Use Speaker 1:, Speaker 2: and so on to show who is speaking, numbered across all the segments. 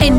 Speaker 1: En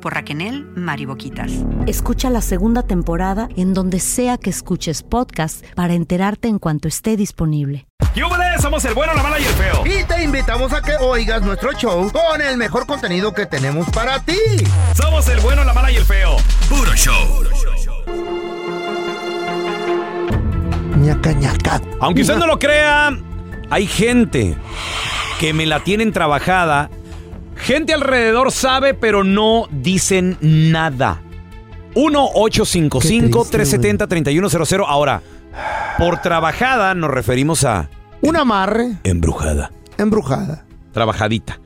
Speaker 2: Por Raquenel Mariboquitas.
Speaker 3: Escucha la segunda temporada en donde sea que escuches podcast para enterarte en cuanto esté disponible.
Speaker 4: ¡Yúbales! Somos el bueno, la mala y el feo.
Speaker 5: Y te invitamos a que oigas nuestro show con el mejor contenido que tenemos para ti.
Speaker 4: Somos el bueno, la mala y el feo. Puro show.
Speaker 5: Ñaca, ñaca.
Speaker 4: Aunque usted no lo crea, hay gente que me la tienen trabajada. Gente alrededor sabe, pero no dicen nada. 1-855-370-3100. Ahora, por trabajada nos referimos a
Speaker 5: Un amarre
Speaker 4: embrujada,
Speaker 5: embrujada.
Speaker 4: trabajadita.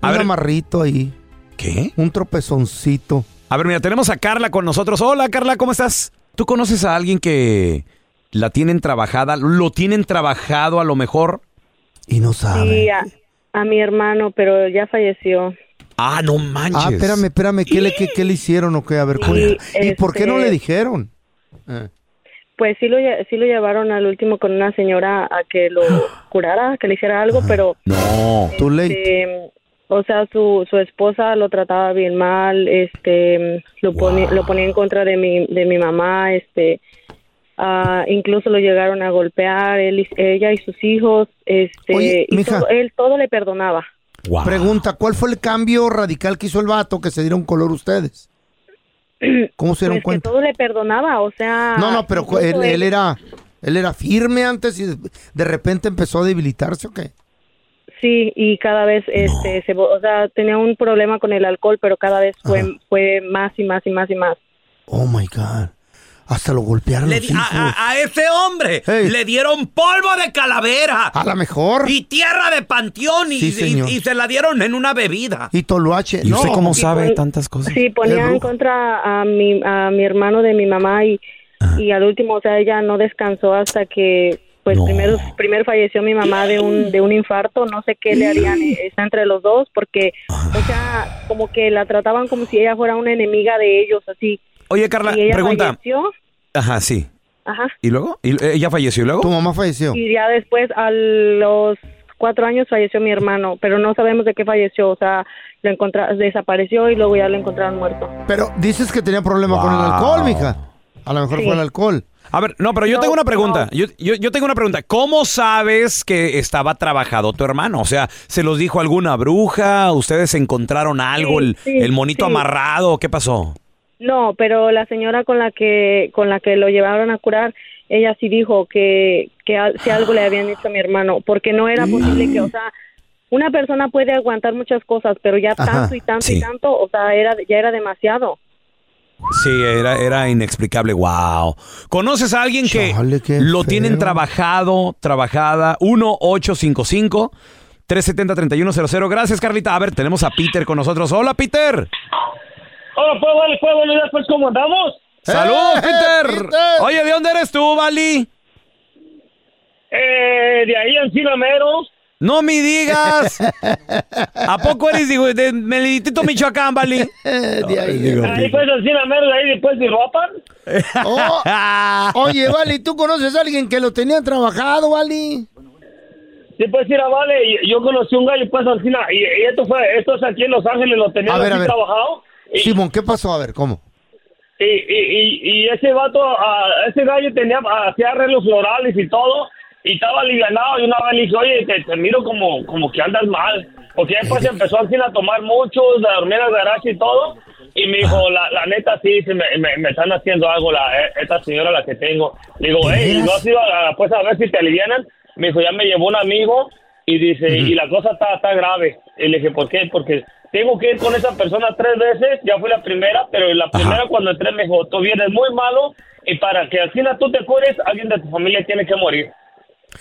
Speaker 4: A
Speaker 5: un
Speaker 4: ver,
Speaker 5: amarrito ahí.
Speaker 4: ¿qué?
Speaker 5: Un tropezoncito.
Speaker 4: A ver, mira, tenemos a Carla con nosotros. Hola, Carla, ¿cómo estás? ¿Tú conoces a alguien que la tienen trabajada? ¿Lo tienen trabajado a lo mejor?
Speaker 5: Y no sabe.
Speaker 6: Sí, a, a mi hermano, pero ya falleció.
Speaker 4: Ah, no manches.
Speaker 5: ah, espérame, espérame. ¿Qué le, qué, qué le hicieron o qué? A ver, cuéntame. ¿Y por qué no
Speaker 6: este-
Speaker 5: le dijeron? Eh,
Speaker 6: Pues sí lo, lle- sí lo llevaron al último con una señora a que lo curara, que le hiciera algo, pero...
Speaker 4: No.
Speaker 5: Ah, Too late.
Speaker 6: este, o sea, su, su esposa lo trataba bien mal, este, lo, ponía, lo ponía en contra de mi, de mi mamá, este, ah, incluso lo llegaron a golpear, él, y- ella y sus hijos, este,
Speaker 5: Oye,
Speaker 6: y
Speaker 5: mija.
Speaker 6: todo- él todo le perdonaba.
Speaker 4: Wow.
Speaker 5: Pregunta, ¿cuál fue el cambio radical que hizo el vato que se dieron color ustedes? ¿Cómo se dieron
Speaker 6: Pues que
Speaker 5: cuenta?
Speaker 6: todo le perdonaba, o sea...
Speaker 5: No, no, pero cu-
Speaker 6: incluso
Speaker 5: él, él era él era firme antes y de- de repente empezó a debilitarse o qué?
Speaker 6: Sí, y cada vez, este, se, vo- o sea, tenía un problema con el alcohol, pero cada vez fue,
Speaker 5: Ajá.
Speaker 6: fue más y más y más y más.
Speaker 5: Oh my god. Hasta lo golpearon
Speaker 4: Le
Speaker 5: los
Speaker 4: di- ah,
Speaker 5: hijos.
Speaker 4: a, a- a ese hombre
Speaker 5: Ey.
Speaker 4: le dieron polvo de calavera
Speaker 5: A lo mejor
Speaker 4: y tierra de panteón y,
Speaker 5: Sí,
Speaker 4: y-
Speaker 5: señor.
Speaker 4: y se la dieron en una bebida.
Speaker 5: y Toloache. No,
Speaker 4: sabe tantas cosas?
Speaker 6: Sí,
Speaker 5: El
Speaker 6: ponía en
Speaker 5: brujo.
Speaker 6: contra a mi, a mi hermano de mi mamá y, y al último, o sea, ella no descansó hasta que, pues,
Speaker 4: No.
Speaker 6: primero, primero falleció mi mamá de un, de un infarto, no sé qué le harían, eh, está entre los dos, porque, o sea, como que la trataban como si ella fuera una enemiga de ellos, así.
Speaker 4: Oye, Carla,
Speaker 6: y ella
Speaker 4: pregunta.
Speaker 6: falleció,
Speaker 4: Ajá, sí.
Speaker 6: ajá,
Speaker 4: ¿Y luego? ¿Y, eh, ¿Ella falleció y
Speaker 5: tu
Speaker 4: luego?
Speaker 5: mamá falleció.
Speaker 6: y ya después a los cuatro años falleció mi hermano, pero no sabemos de qué falleció, o sea, lo encontra desapareció y luego ya lo encontraron muerto.
Speaker 5: Pero dices que tenía problema con el
Speaker 4: Wow.
Speaker 5: alcohol, mija. A lo mejor
Speaker 6: Sí.
Speaker 5: fue el alcohol.
Speaker 4: A ver, no, pero yo
Speaker 6: No,
Speaker 4: tengo una pregunta. Yo, yo, yo tengo una pregunta. ¿Cómo sabes que estaba trabajado tu hermano? O sea, ¿se los dijo alguna bruja? ¿Ustedes encontraron algo?
Speaker 6: Sí,
Speaker 4: ¿El,
Speaker 6: sí,
Speaker 4: el monito
Speaker 6: sí.
Speaker 4: amarrado? ¿Qué pasó?
Speaker 6: No, pero la señora con la que con la que lo llevaron a curar, ella sí dijo que que al- si algo le habían hecho a mi hermano, porque no era posible que, o sea, una persona puede aguantar muchas cosas, pero ya
Speaker 5: Ajá,
Speaker 6: tanto y tanto
Speaker 4: sí.
Speaker 6: y tanto, o sea, era ya era demasiado.
Speaker 4: Sí, era, era inexplicable. Wow. ¿Conoces a alguien que
Speaker 5: Chale, qué
Speaker 4: lo
Speaker 5: feo.
Speaker 4: tienen trabajado, trabajada? 1855 370 3100. Gracias, Carlita. A ver, tenemos a Peter con nosotros. Hola, Peter.
Speaker 7: Hola, pues, vale, pues, buenos días, pues, ¿cómo andamos?
Speaker 4: Saludos, Peter.
Speaker 5: ¡Eh, Peter!
Speaker 4: Oye, ¿de dónde eres tú, Vali?
Speaker 5: Eh.
Speaker 7: Eh, de ahí en Sinamero,
Speaker 4: No me digas. ¿A poco eres digo, de Melitito Michoacán, Vali?
Speaker 5: De ahí.
Speaker 7: Ahí pues, fue Salsina Merda, ahí después de Ropan.
Speaker 5: Oh, oye, Vali, ¿tú conoces a alguien que lo tenía trabajado, Vali?
Speaker 7: Después ir a pues, Vale, y- yo conocí un gallo, pues Salsina, y, y esto fue, esto es aquí en Los Ángeles, lo
Speaker 5: A
Speaker 7: teníamos
Speaker 5: ver, a
Speaker 7: aquí
Speaker 5: ver.
Speaker 7: trabajado. Y,
Speaker 5: Simón, ¿qué pasó? A ver, ¿cómo?
Speaker 7: y, y, y- y ese vato, ah, ese gallo tenía, ah, hacía arreglos florales y todo, y estaba alivianado, y una vez le dije, oye, te, te miro como, como que andas mal, porque después empezó así a tomar mucho, a dormir en el garaje y todo, y me dijo, la, la neta, sí, se me, me, me están haciendo algo, la, eh, esta señora la que tengo, le digo,
Speaker 5: ¿De
Speaker 7: hey,
Speaker 5: veras?
Speaker 7: no has ido a, a- pues a ver si te alivianan, me dijo, ya me llevó un amigo, y dice, y la cosa está, está grave, y le dije, ¿por qué? Porque... Tengo que ir con esa persona tres veces, ya fui la primera, pero la primera cuando entré me dijo, tú vienes muy malo y para que al final tú te cures, alguien de tu familia tiene que morir.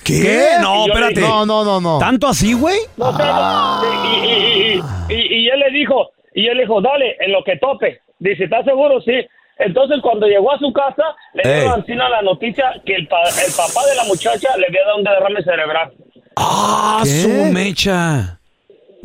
Speaker 4: ¿Qué? No,
Speaker 7: Y yo le
Speaker 4: espérate.
Speaker 7: dije-
Speaker 5: No, no, no, no.
Speaker 4: ¿Tanto así, güey?
Speaker 7: No sé, no.
Speaker 4: Ah.
Speaker 7: Y, y- y- y- y- y él le dijo, y él le dijo, dale, en lo que tope. Dice, ¿estás seguro? Sí. Entonces, cuando llegó a su casa, le
Speaker 4: Ey.
Speaker 7: dio a Ancina la noticia que el, pa- el papá de la muchacha le había dado un derrame cerebral.
Speaker 4: ¡Ah,
Speaker 5: ¿Qué?
Speaker 4: su mecha!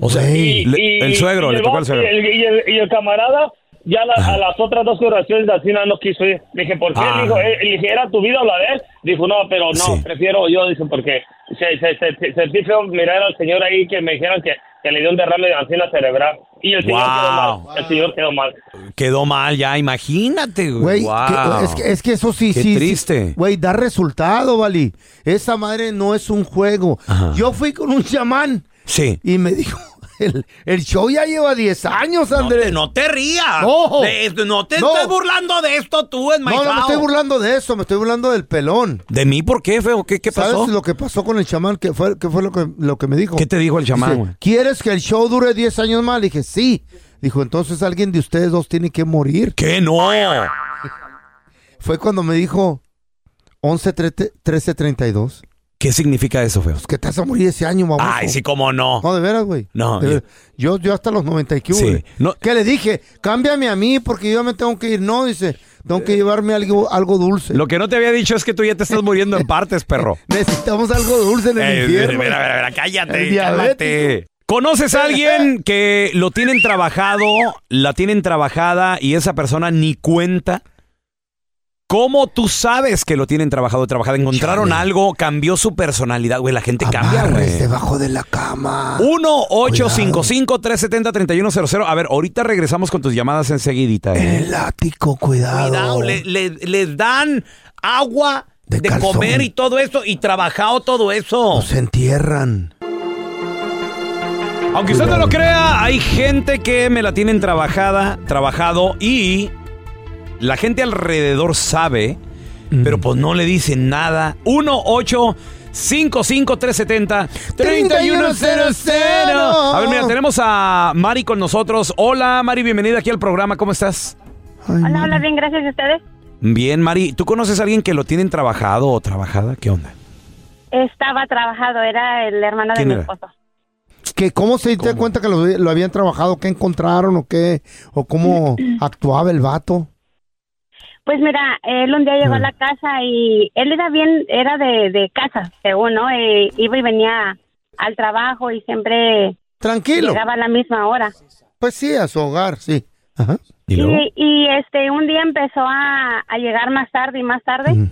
Speaker 4: O sea,
Speaker 7: Y-
Speaker 4: le-
Speaker 7: y-
Speaker 4: el suegro,
Speaker 7: y
Speaker 4: le tocó al suegro.
Speaker 7: Y el, y el- y el camarada, ya la- a las otras dos oraciones de Ancina no quiso ir. Dije, ¿por qué?
Speaker 4: Ah.
Speaker 7: Le dijo, eh, le dije, ¿era tu vida o la de él? Dijo, no, pero no,
Speaker 4: Sí.
Speaker 7: prefiero yo, dice, porque se, se, se, se- sentí feo mirar al señor ahí que me dijeran que, que le dio un derrame de Ancina cerebral. Y el señor quedó mal.
Speaker 4: Wow.
Speaker 7: El señor quedó mal.
Speaker 4: Quedó mal ya, imagínate,
Speaker 5: Güey,
Speaker 4: güey. Guau.
Speaker 5: que- es, que, es que eso sí,
Speaker 4: Qué
Speaker 5: sí. sí.
Speaker 4: triste.
Speaker 5: Güey, da resultado, Vali. Esa madre no es un juego.
Speaker 4: Ajá.
Speaker 5: Yo fui con un chamán
Speaker 4: Sí.
Speaker 5: y me dijo, el, el show ya lleva 10 años,
Speaker 4: No te,
Speaker 5: Andrés.
Speaker 4: no te rías.
Speaker 5: No.
Speaker 4: De esto- no te
Speaker 5: No.
Speaker 4: estés burlando de esto tú, es
Speaker 5: no, no me estoy burlando de eso, me estoy burlando del pelón.
Speaker 4: ¿De mí por qué, feo? ¿Qué, qué pasó?
Speaker 5: ¿Sabes lo que pasó con el chamán? ¿Qué fue, qué fue lo, que, lo que me dijo?
Speaker 4: ¿Qué te dijo el chamán,
Speaker 5: Dice,
Speaker 4: güey?
Speaker 5: ¿Quieres que el show dure 10 años más? Le dije, sí. Dijo, entonces alguien de ustedes dos tiene que morir.
Speaker 4: ¿Qué no?
Speaker 5: Fue cuando me dijo 11 trete- 13 32.
Speaker 4: ¿Qué significa eso, feo?
Speaker 5: Pues que te vas a morir ese año, mamá.
Speaker 4: Ay, sí, cómo no.
Speaker 5: No, de veras, güey.
Speaker 4: No,
Speaker 5: De veras. Yo, yo hasta los 90 y que
Speaker 4: Ah, Sí.
Speaker 5: hubo,
Speaker 4: No-
Speaker 5: Que le dije, cámbiame a mí porque yo me tengo que ir. No, dice, tengo que llevarme algo, algo dulce.
Speaker 4: Lo que no te había dicho es que tú ya te estás muriendo en partes, perro.
Speaker 5: Necesitamos algo dulce en el
Speaker 4: Eh,
Speaker 5: infierno.
Speaker 4: mira, mira, mira, cállate,
Speaker 5: El diabético.
Speaker 4: cálmate. ¿Conoces a alguien que lo tienen trabajado, la tienen trabajada y esa persona ni cuenta? ¿Cómo tú sabes que lo tienen trabajado, trabajada? Encontraron
Speaker 5: Chale. este
Speaker 4: algo, cambió su personalidad, güey, la gente cambia,
Speaker 5: Amarres
Speaker 4: güey.
Speaker 5: Pues, debajo de la cama.
Speaker 4: Uh. 1-855-370-3100. A ver, ahorita regresamos con tus llamadas enseguidita.
Speaker 5: En
Speaker 4: ¿eh?
Speaker 5: el ático, cuidado.
Speaker 4: Cuidado, le- le- les dan agua de,
Speaker 5: De calzón.
Speaker 4: comer y todo eso, y trabajado todo eso.
Speaker 5: Nos entierran.
Speaker 4: Aunque usted no lo crea, hay gente que me la tienen trabajada, trabajado y la gente alrededor sabe, pero pues no le dicen nada. 1 8 55 370 3100 A ver, mira, tenemos a Mari con nosotros. Hola, Mari, bienvenida aquí al programa. ¿Cómo estás?
Speaker 8: Hola, hola, bien, gracias a ustedes.
Speaker 4: Bien, Mari. ¿Tú conoces a alguien que lo tienen trabajado o trabajada? ¿Qué onda?
Speaker 8: Estaba trabajado, era el hermano de
Speaker 4: ¿Quién
Speaker 8: mi
Speaker 4: era?
Speaker 8: esposo.
Speaker 5: ¿Qué, ¿Cómo se te da cuenta que lo, lo habían trabajado? ¿Qué encontraron o qué? ¿O cómo actuaba el vato?
Speaker 8: Pues mira, él un día llegó a la casa y él era bien, era de, de casa, según, ¿no? Eh, iba y venía al trabajo y siempre
Speaker 5: Tranquilo.
Speaker 8: llegaba a la misma hora.
Speaker 5: Pues sí, a su hogar, sí. Ajá.
Speaker 4: ¿Y luego?
Speaker 8: Y, y, este, un día empezó a, a llegar más tarde y más tarde.
Speaker 4: Ujú.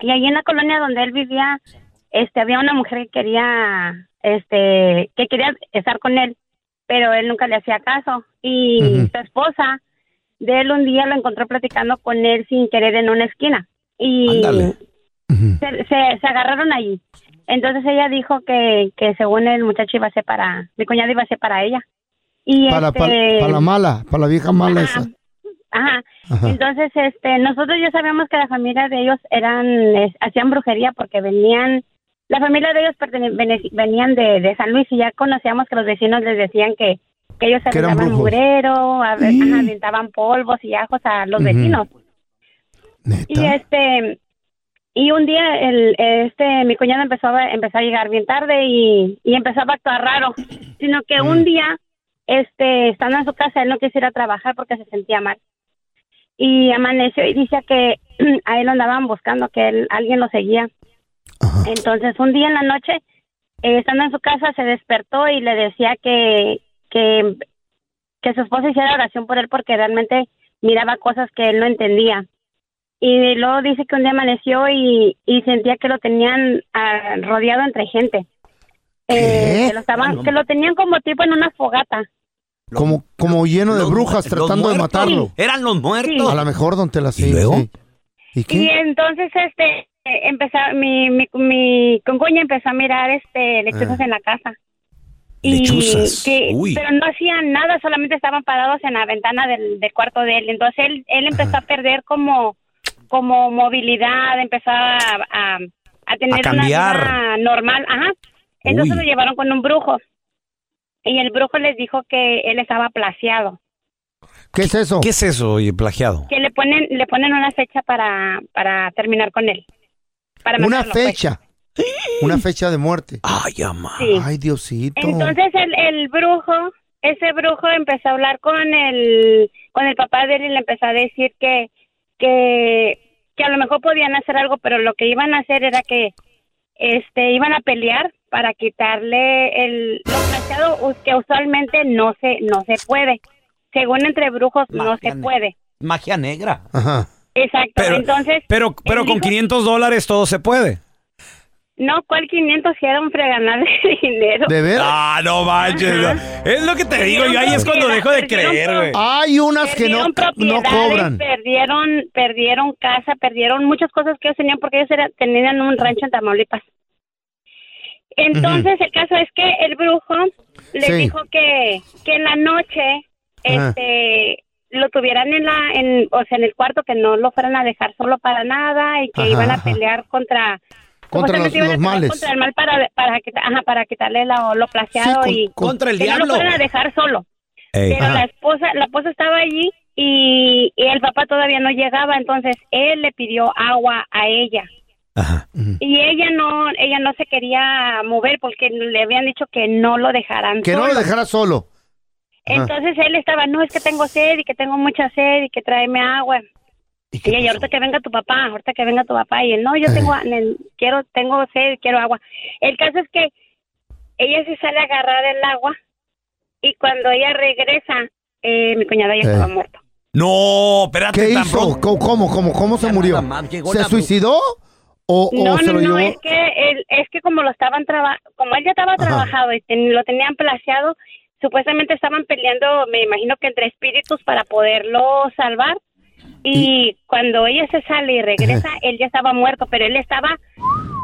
Speaker 8: Y allí en la colonia donde él vivía, este, había una mujer que quería, este, que quería estar con él, pero él nunca le hacía caso. Y
Speaker 5: Ujú.
Speaker 8: su esposa de él un día lo encontró platicando con él sin querer en una esquina. Y
Speaker 4: Ándale.
Speaker 5: Ujú.
Speaker 8: se, se- se agarraron allí. Entonces ella dijo que, que según el muchacho iba a ser para, mi cuñado iba a ser para ella. Y
Speaker 5: Para, para,
Speaker 8: este,
Speaker 5: para la mala, para la vieja mala
Speaker 8: ajá,
Speaker 5: esa.
Speaker 8: Ajá.
Speaker 5: Ajá.
Speaker 8: Entonces, este, nosotros ya sabíamos que la familia de ellos eran, es- hacían brujería porque venían, la familia de ellos pertene- vene- venían de, de San Luis y ya conocíamos que los vecinos les decían que, que ellos
Speaker 5: Que eran
Speaker 8: aventaban
Speaker 5: brujos.
Speaker 8: murero, a ver, ajá, aventaban polvos y ajos a los
Speaker 5: Ujú.
Speaker 8: vecinos. Y
Speaker 5: Neta.
Speaker 8: este y un día el este mi cuñada empezó a, empezó a llegar bien tarde y, y empezaba a actuar raro, sino que un día este estando en su casa él no quisiera trabajar porque se sentía mal. Y amaneció y dice que a él lo andaban buscando, que él- alguien lo seguía.
Speaker 5: Ajá.
Speaker 8: Entonces un día en la noche eh, estando en su casa se despertó y le decía que, que, que su esposa hiciera oración por él porque realmente miraba cosas que él no entendía. Y luego dice que un día amaneció y, y sentía que lo tenían ah, rodeado entre gente. Eh, que, lo estaban- que lo tenían como tipo en una fogata.
Speaker 5: Como, como lleno de brujas
Speaker 4: Los
Speaker 5: tratando de
Speaker 4: muertos.
Speaker 5: matarlo.
Speaker 4: Eran los muertos.
Speaker 5: A lo mejor, don Tela, sí. sí. ¿Y qué?
Speaker 8: Y entonces, este, eh, empezó, mi, mi, mi concuña empezó a mirar, este, lechuzas
Speaker 5: Ah.
Speaker 8: en la casa.
Speaker 5: Lechuzas.
Speaker 8: que-
Speaker 5: Uy.
Speaker 8: Pero no hacían nada, solamente estaban parados en la ventana del, del cuarto de él. Entonces, él, él empezó a perder como, como movilidad, empezó a, a, a tener
Speaker 9: A
Speaker 8: una
Speaker 9: cambiar.
Speaker 8: vida normal. Ajá. Entonces
Speaker 9: Uy.
Speaker 8: lo llevaron con un brujo. Y el brujo les dijo que él estaba plaseado.
Speaker 5: ¿Qué es eso?
Speaker 4: ¿Qué es eso, oye, plagiado?
Speaker 8: Que le ponen, le ponen una fecha para, para terminar con él. Para
Speaker 5: Una
Speaker 8: matarlo, pues.
Speaker 5: fecha. Una fecha de muerte.
Speaker 4: Ay, ama.
Speaker 8: Sí.
Speaker 5: Ay, Diosito.
Speaker 8: Entonces el, el brujo, ese brujo empezó a hablar con el, con el papá de él y le empezó a decir que, que, que a lo mejor podían hacer algo, pero lo que iban a hacer era que este iban a pelear para quitarle el lo plateado us- que usualmente no se no se puede. Según entre brujos no se puede.
Speaker 4: Magia negra.
Speaker 5: Ajá.
Speaker 8: Exacto.
Speaker 4: Pero-
Speaker 8: Entonces,
Speaker 4: Pero, pero
Speaker 8: él
Speaker 4: con
Speaker 8: dijo-
Speaker 4: 500 dólares todo se puede.
Speaker 8: no, ¿cuál 500 si era un freganal de dinero?
Speaker 4: Ah, no manches. Es lo que te digo. Yo ahí es cuando dejo de creer, güey.
Speaker 5: Hay unas que no, no
Speaker 8: propiedades,
Speaker 5: cobran.
Speaker 8: Perdieron, perdieron casa, perdieron muchas cosas que ellos tenían porque ellos era- tenían un rancho en Tamaulipas. Entonces el caso es que el brujo les
Speaker 9: Sí.
Speaker 8: dijo que, que en la noche
Speaker 9: Ajá.
Speaker 8: este lo tuvieran en la en o sea en el cuarto que no lo fueran a dejar solo para nada y que
Speaker 5: Ajá,
Speaker 8: iban a
Speaker 5: ajá.
Speaker 8: pelear contra
Speaker 5: Contra los-
Speaker 8: supuestamente iban a
Speaker 5: los males.
Speaker 8: pelear contra el mal para para quita- ajá, para quitarle la- lo plaseado
Speaker 5: con-
Speaker 8: y
Speaker 5: contra el
Speaker 8: que no
Speaker 5: diablo.
Speaker 8: lo fueran a dejar solo pero la esposa, la esposa estaba allí y, y el papá todavía no llegaba, entonces él le pidió agua a ella. Y ella no, ella no se quería mover porque le habían dicho que no lo dejaran.
Speaker 5: Que no lo
Speaker 8: solo.
Speaker 5: dejara solo. Ajá.
Speaker 8: Entonces él estaba, no, es que tengo sed y que tengo mucha sed y que tráeme agua. Y ella, "Y ahorita que venga tu papá, ahorita que venga tu papá. Y él, no, yo tengo, a- ne- quiero, tengo sed, quiero agua. El caso es que ella se sale a agarrar el agua y cuando ella regresa, eh, mi cuñada ya
Speaker 5: Eh.
Speaker 8: estaba muerta.
Speaker 4: No, espérate,
Speaker 5: ¿Qué
Speaker 4: tan
Speaker 5: hizo? ¿Cómo, cómo, cómo, cómo se murió?
Speaker 4: llegó
Speaker 5: ¿Se
Speaker 4: la bru-
Speaker 5: suicidó o, o
Speaker 8: No,
Speaker 5: se
Speaker 8: no,
Speaker 5: lo llevó?
Speaker 8: no, es que, él- es que como lo estaban traba como él ya estaba
Speaker 5: Ajá.
Speaker 8: trabajado y ten- lo tenían plaseado, supuestamente estaban peleando, me imagino que entre espíritus para poderlo salvar. Y, cuando ella se sale y regresa, él ya estaba muerto, pero él estaba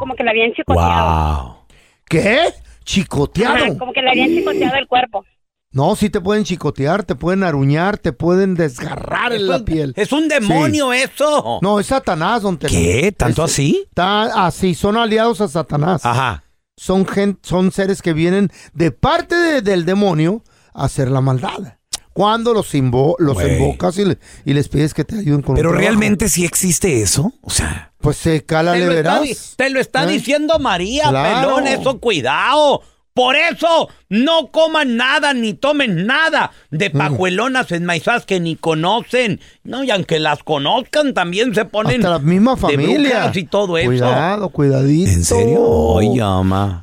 Speaker 8: como que le habían chicoteado.
Speaker 5: ¿Qué?
Speaker 8: Ajá,
Speaker 5: ¿Chicoteado?
Speaker 8: como que le habían chicoteado el cuerpo.
Speaker 5: No, sí te pueden chicotear, te pueden aruñar, te pueden desgarrar en la piel.
Speaker 4: Es un demonio
Speaker 5: Sí.
Speaker 4: eso.
Speaker 5: No, es Satanás, don Tela.
Speaker 4: ¿Qué? ¿Tanto
Speaker 5: Es-
Speaker 4: así?
Speaker 5: Está así, son aliados a Satanás.
Speaker 4: Ajá.
Speaker 5: Son, gen- son seres que vienen de parte de- del demonio a hacer la maldad. Cuando los, invo- los
Speaker 4: Güey.
Speaker 5: invocas y, le- y les pides que te ayuden con un
Speaker 4: Pero
Speaker 5: trabajo.
Speaker 4: realmente sí existe eso. O sea.
Speaker 5: Pues se cala, le verás.
Speaker 4: te lo está
Speaker 5: ¿Eh?
Speaker 4: diciendo María,
Speaker 5: Claro.
Speaker 4: pelón, eso cuidado. Por eso, no coman nada ni tomen nada de
Speaker 5: Mm.
Speaker 4: pajuelonas enmaizadas que ni conocen. No, y aunque las conozcan, también se ponen
Speaker 5: Hasta la misma
Speaker 4: de
Speaker 5: familia.
Speaker 4: brujas y todo eso.
Speaker 5: Cuidado, cuidadito. ¿En serio?
Speaker 4: Oye, ama.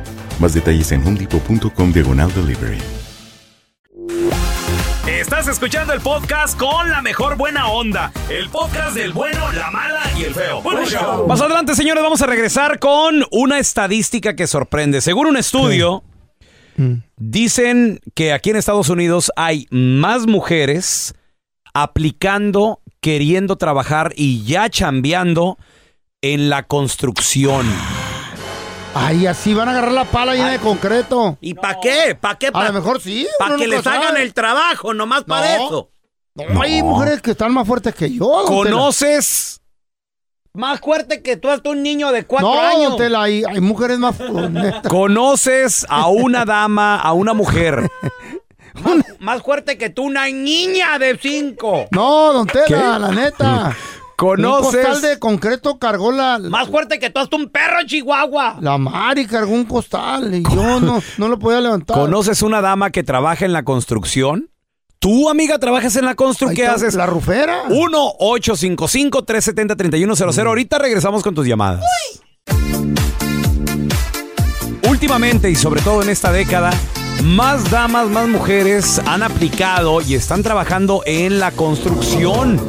Speaker 10: Más detalles en homedepot.com diagonal delivery.
Speaker 4: Estás escuchando el podcast con la mejor buena onda. El podcast del bueno, la mala y el feo. Más adelante, señores,
Speaker 5: Mm.
Speaker 4: vamos a regresar con una estadística que sorprende. Según un estudio, Dicen que aquí en Estados Unidos hay más mujeres aplicando, queriendo trabajar y ya chambeando en la construcción.
Speaker 5: Ay, así van a agarrar la pala llena de concreto.
Speaker 4: ¿Y para qué? ¿Para qué?
Speaker 5: A lo mejor sí.
Speaker 4: Para
Speaker 5: uno
Speaker 4: que
Speaker 5: nunca
Speaker 4: les
Speaker 5: sabe.
Speaker 4: hagan el trabajo, nomás para
Speaker 5: No.
Speaker 4: eso.
Speaker 5: No, Hay mujeres que están más fuertes que yo. don
Speaker 4: ¿Conoces? Más fuerte que tú, hasta un niño de
Speaker 5: Tela. no, don Tela, hay, hay mujeres más fuertes.
Speaker 4: ¿Conoces a una dama, a una mujer? más, más fuerte que tú, una niña de cinco.
Speaker 5: No, don Tela,
Speaker 4: ¿Qué?
Speaker 5: la neta.
Speaker 4: ¿Conoces?
Speaker 5: Un costal de concreto cargó la,
Speaker 4: Más fuerte que tú, hasta un perro, Chihuahua.
Speaker 5: la Mari, cargó un costal y yo no, no lo podía levantar.
Speaker 4: ¿Conoces una dama que trabaja en la construcción? ¿Tú, amiga, trabajas en la construcción?
Speaker 5: Ahí
Speaker 4: ¿Qué
Speaker 5: está,
Speaker 4: haces?
Speaker 5: La rufera. Mm.
Speaker 4: 1-855-370-3100. Ahorita regresamos con tus llamadas. Últimamente y sobre todo en esta década, más damas, más mujeres han aplicado y están trabajando en la construcción.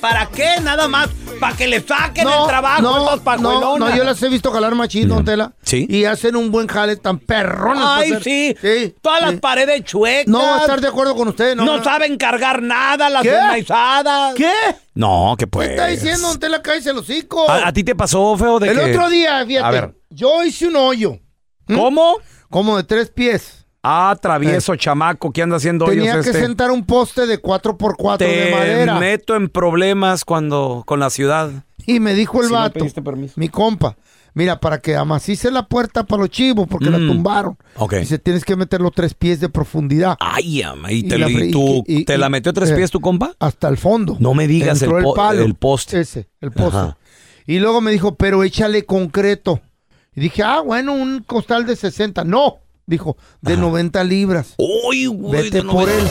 Speaker 4: ¿Para qué? Nada más. Para que le saquen el trabajo estos
Speaker 5: no,
Speaker 4: pajuelonas.
Speaker 5: no, yo las he visto jalar machín, don Tela.
Speaker 4: Sí.
Speaker 5: Y hacen un buen jale tan perrón.
Speaker 4: Ay, sí. Todas las paredes chuecas.
Speaker 5: No va a estar de acuerdo con usted, no.
Speaker 4: No saben cargar nada las
Speaker 5: ¿Qué?
Speaker 4: enmaizadas.
Speaker 5: ¿Qué?
Speaker 4: No, que pues.
Speaker 5: ¿Qué está diciendo, don Tela? Cállese el hocico.
Speaker 4: ¿A, a ti te pasó, feo, de
Speaker 5: Oh. el
Speaker 4: que-
Speaker 5: otro día,
Speaker 4: A
Speaker 5: fíjate,
Speaker 4: ver,
Speaker 5: yo hice un hoyo. ¿Mm?
Speaker 4: ¿cómo?
Speaker 5: Como de tres pies.
Speaker 4: Ah, travieso, chamaco, ¿qué anda haciendo
Speaker 5: Eh. Tenía
Speaker 4: hoyos
Speaker 5: que
Speaker 4: este?
Speaker 5: sentar un poste de 4x4 de
Speaker 4: te
Speaker 5: madera.
Speaker 4: meto en problemas cuando con la ciudad.
Speaker 5: Y me dijo el
Speaker 4: Si no
Speaker 5: vato,
Speaker 4: pediste permiso.
Speaker 5: mi compa, mira, para que amacice la puerta para los chivos, porque la
Speaker 4: Mm.
Speaker 5: tumbaron.
Speaker 4: Ok.
Speaker 5: Dice, tienes que meter los tres pies de profundidad.
Speaker 4: Ay, ama, y,
Speaker 5: Y
Speaker 4: te,
Speaker 5: la
Speaker 4: y
Speaker 5: fre- y-
Speaker 4: tú-
Speaker 5: y-
Speaker 4: te
Speaker 5: y-
Speaker 4: la metió tres
Speaker 5: eh,
Speaker 4: pies tu compa.
Speaker 5: Hasta el fondo.
Speaker 4: No me digas el,
Speaker 5: Entró
Speaker 4: po-
Speaker 5: palo.
Speaker 4: el poste.
Speaker 5: Ese, el poste.
Speaker 4: Ajá.
Speaker 5: Y luego me dijo, pero échale concreto. Y dije, ah, bueno, un costal de 60. No, dijo, de 90 libras.
Speaker 4: Uy, güey,
Speaker 5: Vete
Speaker 4: de
Speaker 5: por
Speaker 4: 90.
Speaker 5: él.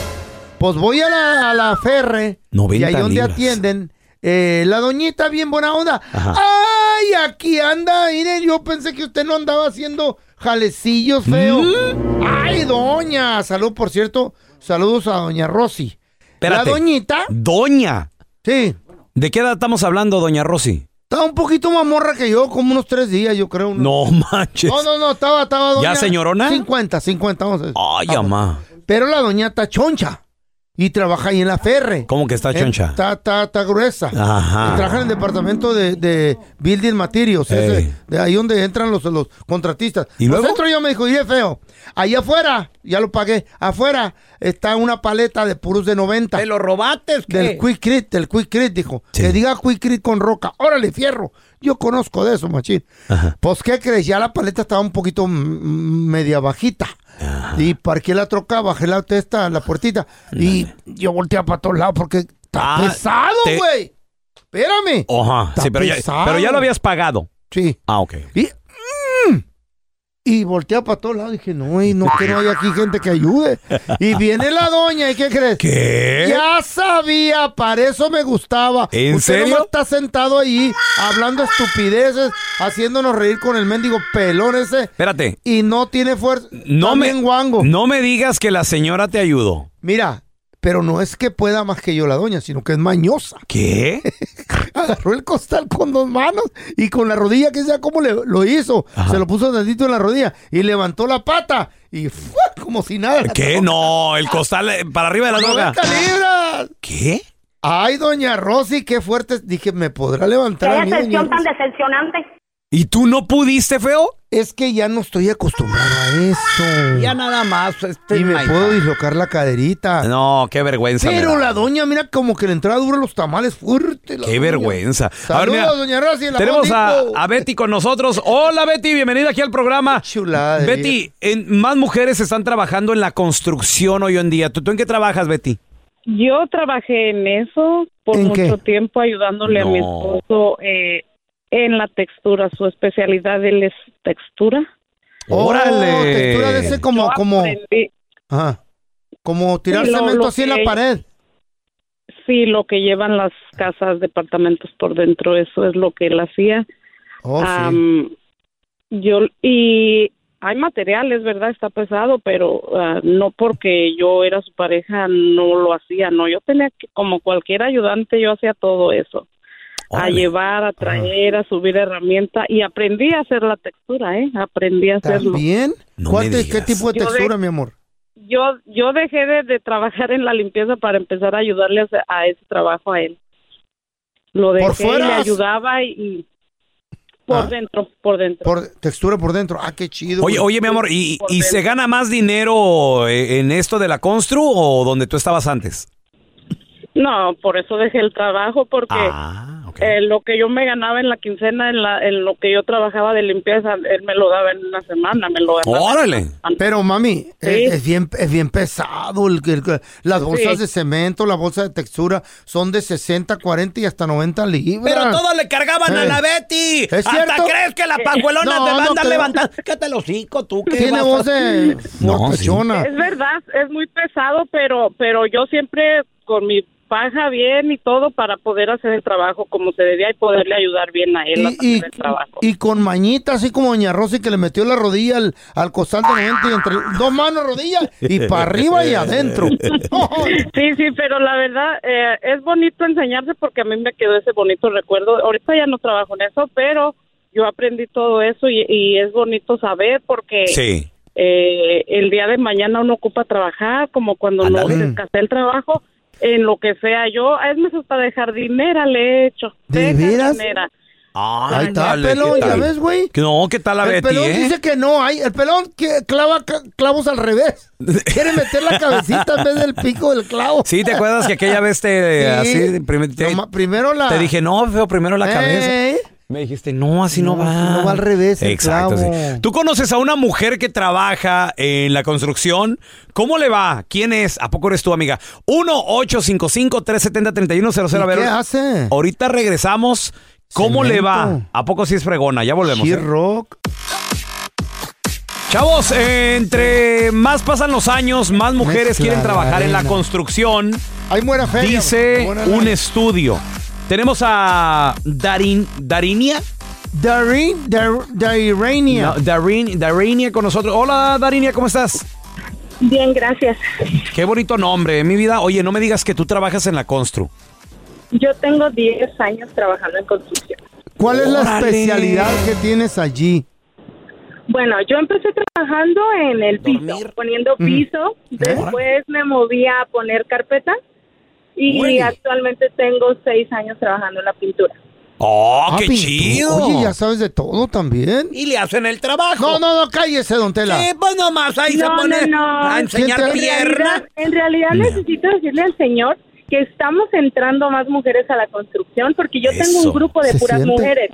Speaker 5: Pues voy a la, a la ferre.
Speaker 4: 90
Speaker 5: y ahí donde
Speaker 4: libras.
Speaker 5: atienden. eh, la doñita bien buena onda.
Speaker 4: Ajá.
Speaker 5: Ay, aquí anda. Mire, yo pensé que usted no andaba haciendo jalecillos feo.
Speaker 4: ¿Mm?
Speaker 5: Ay, doña. Salud, por cierto. Saludos a doña Rosy.
Speaker 4: Espérate.
Speaker 5: La doñita.
Speaker 4: Doña.
Speaker 5: Sí.
Speaker 4: ¿De qué edad estamos hablando, doña Rosy?
Speaker 5: Estaba un poquito más morra que yo, como unos tres días, yo creo. unos-
Speaker 4: No manches.
Speaker 5: No, no, no, estaba, estaba doña.
Speaker 4: ¿Ya señorona?
Speaker 5: 50, 50, vamos a decir.
Speaker 4: Ay, ama.
Speaker 5: Pero la doña está choncha y trabaja ahí en la ferre.
Speaker 4: ¿Cómo que está
Speaker 5: Eh,
Speaker 4: choncha? Ah.
Speaker 5: Está, está, está gruesa.
Speaker 4: Ajá.
Speaker 5: Y trabaja en el departamento de, de Building Materials, ese,
Speaker 4: Ey.
Speaker 5: de ahí donde entran los, los contratistas.
Speaker 4: ¿Y luego?
Speaker 5: Nosotros yo me dijo, y es feo, allá afuera, ya lo pagué, afuera está una paleta de puros de 90.
Speaker 4: ¿Te lo robaste? ¿qué?
Speaker 5: Del Quick Crit, del Quick Crit, dijo. Que diga Quick Crit con roca. Órale, fierro. Yo conozco de eso, machín. Pues, ¿qué crees? Ya la paleta estaba un poquito mm, media bajita.
Speaker 4: Ah.
Speaker 5: Y parqué la troca, bajé la testa, la puertita. Y yo volteé para todos lados porque está
Speaker 4: Ah,
Speaker 5: pesado,
Speaker 4: te-
Speaker 5: güey. Espérame.
Speaker 4: Ajá.
Speaker 5: Está
Speaker 4: Sí, pero ya,
Speaker 5: pesado.
Speaker 4: pero ya lo habías pagado.
Speaker 5: Sí.
Speaker 4: Ah, ok.
Speaker 5: Y, mm, y volteé para todos lados. Dije, no, güey, no que no hay aquí gente que ayude. Y viene la doña, ¿y qué crees?
Speaker 4: ¿Qué?
Speaker 5: Ya sabía, para eso me gustaba.
Speaker 4: ¿En
Speaker 5: Usted
Speaker 4: serio?
Speaker 5: nomás está sentado ahí hablando estupideces, haciéndonos reír con el mendigo pelón ese
Speaker 4: Espérate.
Speaker 5: y no tiene fuerza.
Speaker 4: No me,
Speaker 5: También guango.
Speaker 4: no me digas que la señora te ayudó.
Speaker 5: Mira, pero no es que pueda más que yo la doña, sino que es mañosa.
Speaker 4: ¿Qué?
Speaker 5: Agarró el costal con dos manos y con la rodilla, que sea como le, lo hizo. Se lo puso tantito en la rodilla y levantó la pata y fue como si nada.
Speaker 4: ¿Qué? No, el costal eh, para arriba de la droga.
Speaker 5: 90 libras.
Speaker 4: ¿Qué?
Speaker 5: Ay, doña Rosy, qué fuerte. Dije, ¿me podrá levantar a mí, doña
Speaker 8: decepción tan
Speaker 5: Rosy?
Speaker 8: decepcionante.
Speaker 4: ¿Y tú no pudiste, feo?
Speaker 5: Es que ya no estoy acostumbrado a esto.
Speaker 4: nada más. este
Speaker 5: y me puedo dislocar la caderita.
Speaker 4: No, qué vergüenza. me
Speaker 5: Pero
Speaker 4: da.
Speaker 5: la doña, mira, como que le entraba duro los tamales fuerte. la
Speaker 4: Qué
Speaker 5: doña.
Speaker 4: vergüenza. A ver,
Speaker 5: Saludos,
Speaker 4: mira,
Speaker 5: doña Rosy. la
Speaker 4: tenemos a,
Speaker 5: Bondico.
Speaker 4: a Betty con nosotros. Hola, Betty, bienvenida aquí al programa.
Speaker 5: Chulada de
Speaker 4: Betty, en- más mujeres están trabajando en la construcción hoy en día. ¿Tú, tú en qué trabajas, Betty?
Speaker 9: Yo trabajé en eso por
Speaker 5: ¿En
Speaker 9: mucho
Speaker 5: qué?
Speaker 9: tiempo ayudándole a mi
Speaker 4: No.
Speaker 9: esposo eh, en la textura. Su especialidad él es textura.
Speaker 5: Oh,
Speaker 4: ¡Órale!
Speaker 5: textura de ese como,
Speaker 9: Yo
Speaker 5: como,
Speaker 9: aprendí-
Speaker 5: ajá, como tirar
Speaker 9: Sí, lo-
Speaker 5: cemento
Speaker 9: lo
Speaker 5: así en la
Speaker 9: que-
Speaker 5: pared.
Speaker 9: sí, lo que llevan las casas, departamentos por dentro, eso es lo que él hacía.
Speaker 5: Oh, sí.
Speaker 9: Am, yo y hay materiales, verdad, está pesado, pero ah, no porque yo era su pareja no lo hacía, no, yo tenía que, como cualquier ayudante yo hacía todo eso. a llevar,
Speaker 5: Ah.
Speaker 9: a traer, a subir herramienta y aprendí a hacer la textura, ¿eh? Aprendí a hacerlo.
Speaker 5: ¿También? ¿Cuál te- ¿Qué tipo de
Speaker 9: Yo de-
Speaker 5: textura, mi amor?
Speaker 9: Yo yo dejé de, de trabajar en la limpieza para empezar a ayudarle a, hacer- a ese trabajo a él. Lo dejé
Speaker 5: ¿Por fuera?
Speaker 9: y le ayudaba y, y por
Speaker 5: Ah.
Speaker 9: dentro, por dentro.
Speaker 5: Por textura por dentro. Ah, qué chido.
Speaker 4: Oye,
Speaker 5: güey.
Speaker 4: oye, mi amor, ¿y, y se gana más dinero eh, en esto de la constru o donde tú estabas antes?
Speaker 9: No, por eso dejé el trabajo, porque eh, lo que yo me ganaba en la quincena, en, la, en lo que yo trabajaba de limpieza, él me lo daba en una semana, me lo ganaba.
Speaker 4: ¡Órale!
Speaker 5: Pero, mami, es, es bien, es bien pesado. el que- el que- las bolsas
Speaker 9: Sí.
Speaker 5: de cemento, las bolsas de textura son de 60, 40 y hasta 90 libras.
Speaker 4: Pero todos le cargaban a
Speaker 5: Eh.
Speaker 4: la Betty.
Speaker 5: ¿Es
Speaker 4: ¿Hasta
Speaker 5: cierto? Eh,
Speaker 4: crees que la pajuelona
Speaker 5: No,
Speaker 4: te va a
Speaker 5: no
Speaker 4: andar
Speaker 5: creo.
Speaker 4: levantando? ¿Qué te lo cico tú? ¿Qué
Speaker 5: Tiene
Speaker 4: vas a-
Speaker 5: voz de mortachona.
Speaker 9: Es verdad, es muy pesado, pero, pero yo siempre con mi paja bien y todo para poder hacer el trabajo como se debía y poderle ayudar bien a él a
Speaker 5: Y,
Speaker 9: hacer el trabajo.
Speaker 5: y con mañita, así como Doña Rosy, que le metió la rodilla al, al costal de 90 y entre dos manos, rodilla, y para arriba y adentro.
Speaker 9: Sí, sí, pero la verdad eh, es bonito enseñarse porque a mí me quedó ese bonito recuerdo. Ahorita ya no trabajo en eso, pero yo aprendí todo eso y, y es bonito saber porque
Speaker 4: Sí.
Speaker 9: eh, el día de mañana uno ocupa trabajar, como cuando no
Speaker 5: Ándale.
Speaker 9: descansé el trabajo, en lo que sea. Yo a veces hasta de jardinera le he hecho.
Speaker 5: ¿De veras?
Speaker 9: jardinera.
Speaker 5: Ahí está,
Speaker 4: Ándale,
Speaker 5: pelón,
Speaker 4: ¿qué
Speaker 5: ya
Speaker 4: tal?
Speaker 5: ves, güey.
Speaker 4: No, ¿qué tal la
Speaker 5: El
Speaker 4: Betty,
Speaker 5: pelón
Speaker 4: eh?
Speaker 5: dice que no, hay, el pelón que clava ca- clavos al revés. Quiere meter la cabecita en vez del pico del clavo.
Speaker 4: Sí, ¿te acuerdas que aquella vez te
Speaker 5: Sí.
Speaker 4: así prim- te,
Speaker 5: Primero la...
Speaker 4: te dije, no, feo, primero la
Speaker 5: Ey.
Speaker 4: cabeza? Me dijiste, no, así no, va.
Speaker 5: ¿Eh? no va al revés el
Speaker 4: Exacto,
Speaker 5: clavo.
Speaker 4: sí. Tú conoces a una mujer que trabaja en la construcción. ¿Cómo le va? ¿Quién es? ¿A poco eres tú, amiga? 1-855-370-3100. A ver,
Speaker 5: ¿Qué hace?
Speaker 4: Ahorita regresamos. ¿Cómo le va?
Speaker 5: Cemento.
Speaker 4: ¿A poco sí es fregona? Ya volvemos. ¿eh?
Speaker 5: Rock.
Speaker 4: Chavos, entre más pasan los años, más mujeres
Speaker 5: Mezcla
Speaker 4: quieren
Speaker 5: la
Speaker 4: trabajar en la
Speaker 5: arena.
Speaker 4: construcción.
Speaker 5: Hay buena feria.
Speaker 4: Dice
Speaker 5: buena
Speaker 4: un
Speaker 5: lana.
Speaker 4: estudio. Tenemos a Darin, Darinia.
Speaker 5: Darin, Dar- Darinia.
Speaker 4: No, Darin, Darinia con nosotros. Hola, Darinia, ¿cómo estás?
Speaker 11: Bien, gracias.
Speaker 4: Qué bonito nombre, mi vida. Oye, no me digas que tú trabajas en la constru.
Speaker 11: Yo tengo 10 años trabajando en construcción.
Speaker 5: ¿Cuál es la
Speaker 11: Órale.
Speaker 5: especialidad que tienes allí?
Speaker 11: Bueno, yo empecé trabajando en el piso, poniendo
Speaker 5: Mm.
Speaker 11: piso. Después me moví a poner carpeta. Y
Speaker 5: Órale.
Speaker 11: actualmente tengo 6 años trabajando en la pintura.
Speaker 4: ¡Oh,
Speaker 5: Ah,
Speaker 4: qué
Speaker 5: pintura.
Speaker 4: chido!
Speaker 5: Oye, ya sabes de todo también.
Speaker 4: Y le hacen el trabajo.
Speaker 5: No, no, no, cállese, don Tela.
Speaker 4: Sí, pues nomás ahí se
Speaker 11: No,
Speaker 4: pone
Speaker 11: no, no.
Speaker 4: a enseñar
Speaker 5: ¿Quién te-
Speaker 4: pierna.
Speaker 11: realidad- en realidad necesito decirle al señor que estamos entrando más mujeres a la construcción porque yo tengo
Speaker 4: Eso.
Speaker 11: un grupo de
Speaker 4: ¿Se
Speaker 11: puras
Speaker 4: siente?
Speaker 11: mujeres.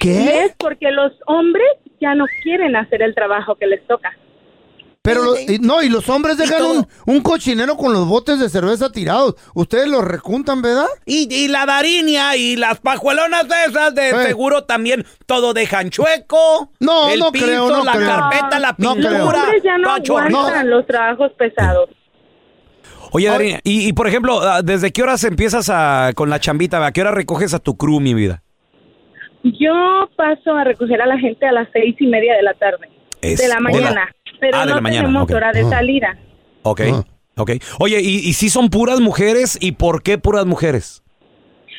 Speaker 5: ¿Qué?
Speaker 11: Y es porque los hombres ya no quieren hacer el trabajo que les toca.
Speaker 5: Pero lo- y- no, y los hombres dejan un, un cochinero con los botes de cerveza tirados. Ustedes los recuntan, ¿verdad?
Speaker 4: Y, y la darinia y las pajuelonas esas de
Speaker 5: Eh.
Speaker 4: seguro también todo dejan chueco.
Speaker 5: No,
Speaker 4: el
Speaker 5: no
Speaker 4: piso,
Speaker 5: creo, no
Speaker 4: la
Speaker 5: creo.
Speaker 4: carpeta, la
Speaker 5: No creo.
Speaker 4: pintura.
Speaker 11: Los hombres ya no
Speaker 4: todo chorreado.
Speaker 11: aguantan los trabajos pesados.
Speaker 4: Oye, Darina, y, y, por ejemplo, ah, ¿desde qué horas empiezas a, con la chambita? ¿A qué hora recoges a tu crew, mi vida?
Speaker 11: Yo paso a recoger a la gente a las seis y media de la tarde.
Speaker 4: Es
Speaker 11: de la
Speaker 4: hora.
Speaker 11: mañana. Pero
Speaker 4: Ah, de
Speaker 11: no
Speaker 4: la mañana,
Speaker 11: tenemos
Speaker 4: ok.
Speaker 11: hora de
Speaker 4: Ah.
Speaker 11: salida.
Speaker 4: Ok,
Speaker 5: Ah.
Speaker 4: ok. Oye, ¿y, y si son puras mujeres? ¿Y por qué puras mujeres?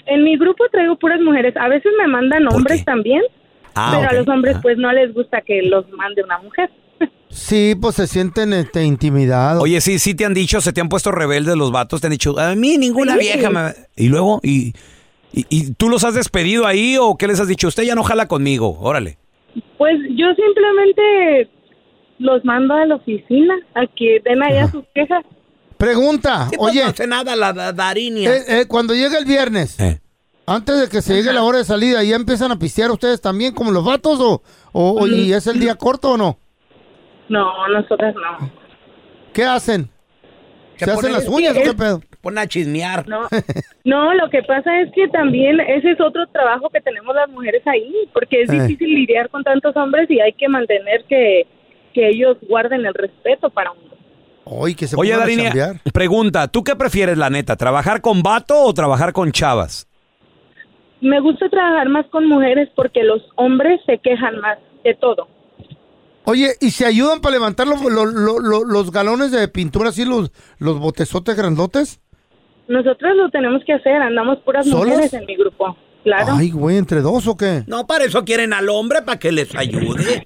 Speaker 11: En mi grupo traigo puras mujeres. A veces me mandan hombres también.
Speaker 4: Ah,
Speaker 11: pero
Speaker 4: ok.
Speaker 11: a los hombres pues no les gusta que los mande una mujer.
Speaker 5: Sí, pues se sienten este, intimidados.
Speaker 4: Oye, sí, sí te han dicho, se te han puesto rebeldes los vatos, te han dicho, a mí ninguna
Speaker 11: Sí.
Speaker 4: vieja me... Y luego, y, y, y tú los has despedido ahí o qué les has dicho? Usted ya no jala conmigo, órale.
Speaker 11: Pues yo simplemente los mando a la oficina a que den allá sus quejas.
Speaker 5: Pregunta, oye.
Speaker 4: nada la, darinia.
Speaker 5: eh, eh, cuando llega el viernes,
Speaker 4: Eh.
Speaker 5: antes de que se llegue la hora de salida, ¿ya empiezan a pistear ustedes también como los vatos o, o- o- y es el día corto o no?
Speaker 11: No, nosotras no.
Speaker 5: ¿Qué hacen? ¿Se, hacen
Speaker 11: ponen-
Speaker 5: las uñas o qué pedo?
Speaker 4: Pon a chismear.
Speaker 11: No, no, lo que pasa es que también ese es otro trabajo que tenemos las mujeres ahí, porque es
Speaker 5: Eh.
Speaker 11: difícil lidiar con tantos hombres y hay que mantener que, que ellos guarden el respeto para uno.
Speaker 5: Oye, que se
Speaker 4: Oye,
Speaker 5: pongan a
Speaker 4: Darinia,
Speaker 5: chambear.
Speaker 4: pregunta, ¿tú qué prefieres, la neta, trabajar con vato o trabajar con chavas?
Speaker 11: Me gusta trabajar más con mujeres porque los hombres se quejan más de todo.
Speaker 5: Oye, ¿y se ayudan para levantar los, los- los- los- los galones de pintura así, los, los botezotes grandotes?
Speaker 11: Nosotros lo tenemos que hacer, andamos puras
Speaker 5: ¿Solas?
Speaker 11: mujeres en mi grupo. claro.
Speaker 5: Ay, güey, ¿entre dos o qué?
Speaker 12: No, para eso quieren al hombre, para que les ayude.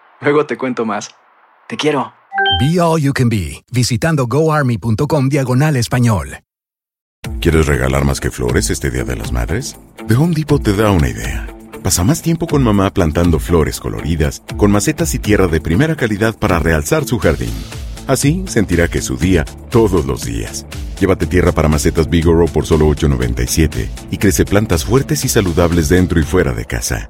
Speaker 13: Luego te cuento más. Te quiero.
Speaker 14: Be All You Can Be, visitando goarmy.com diagonal español.
Speaker 10: ¿Quieres regalar más que flores este Día de las Madres? The Home Depot te da una idea. Pasa más tiempo con mamá plantando flores coloridas, con macetas y tierra de primera calidad para realzar su jardín. Así sentirá que es su día todos los días. Llévate tierra para macetas Bigoro por solo $8.97 y crece plantas fuertes y saludables dentro y fuera de casa.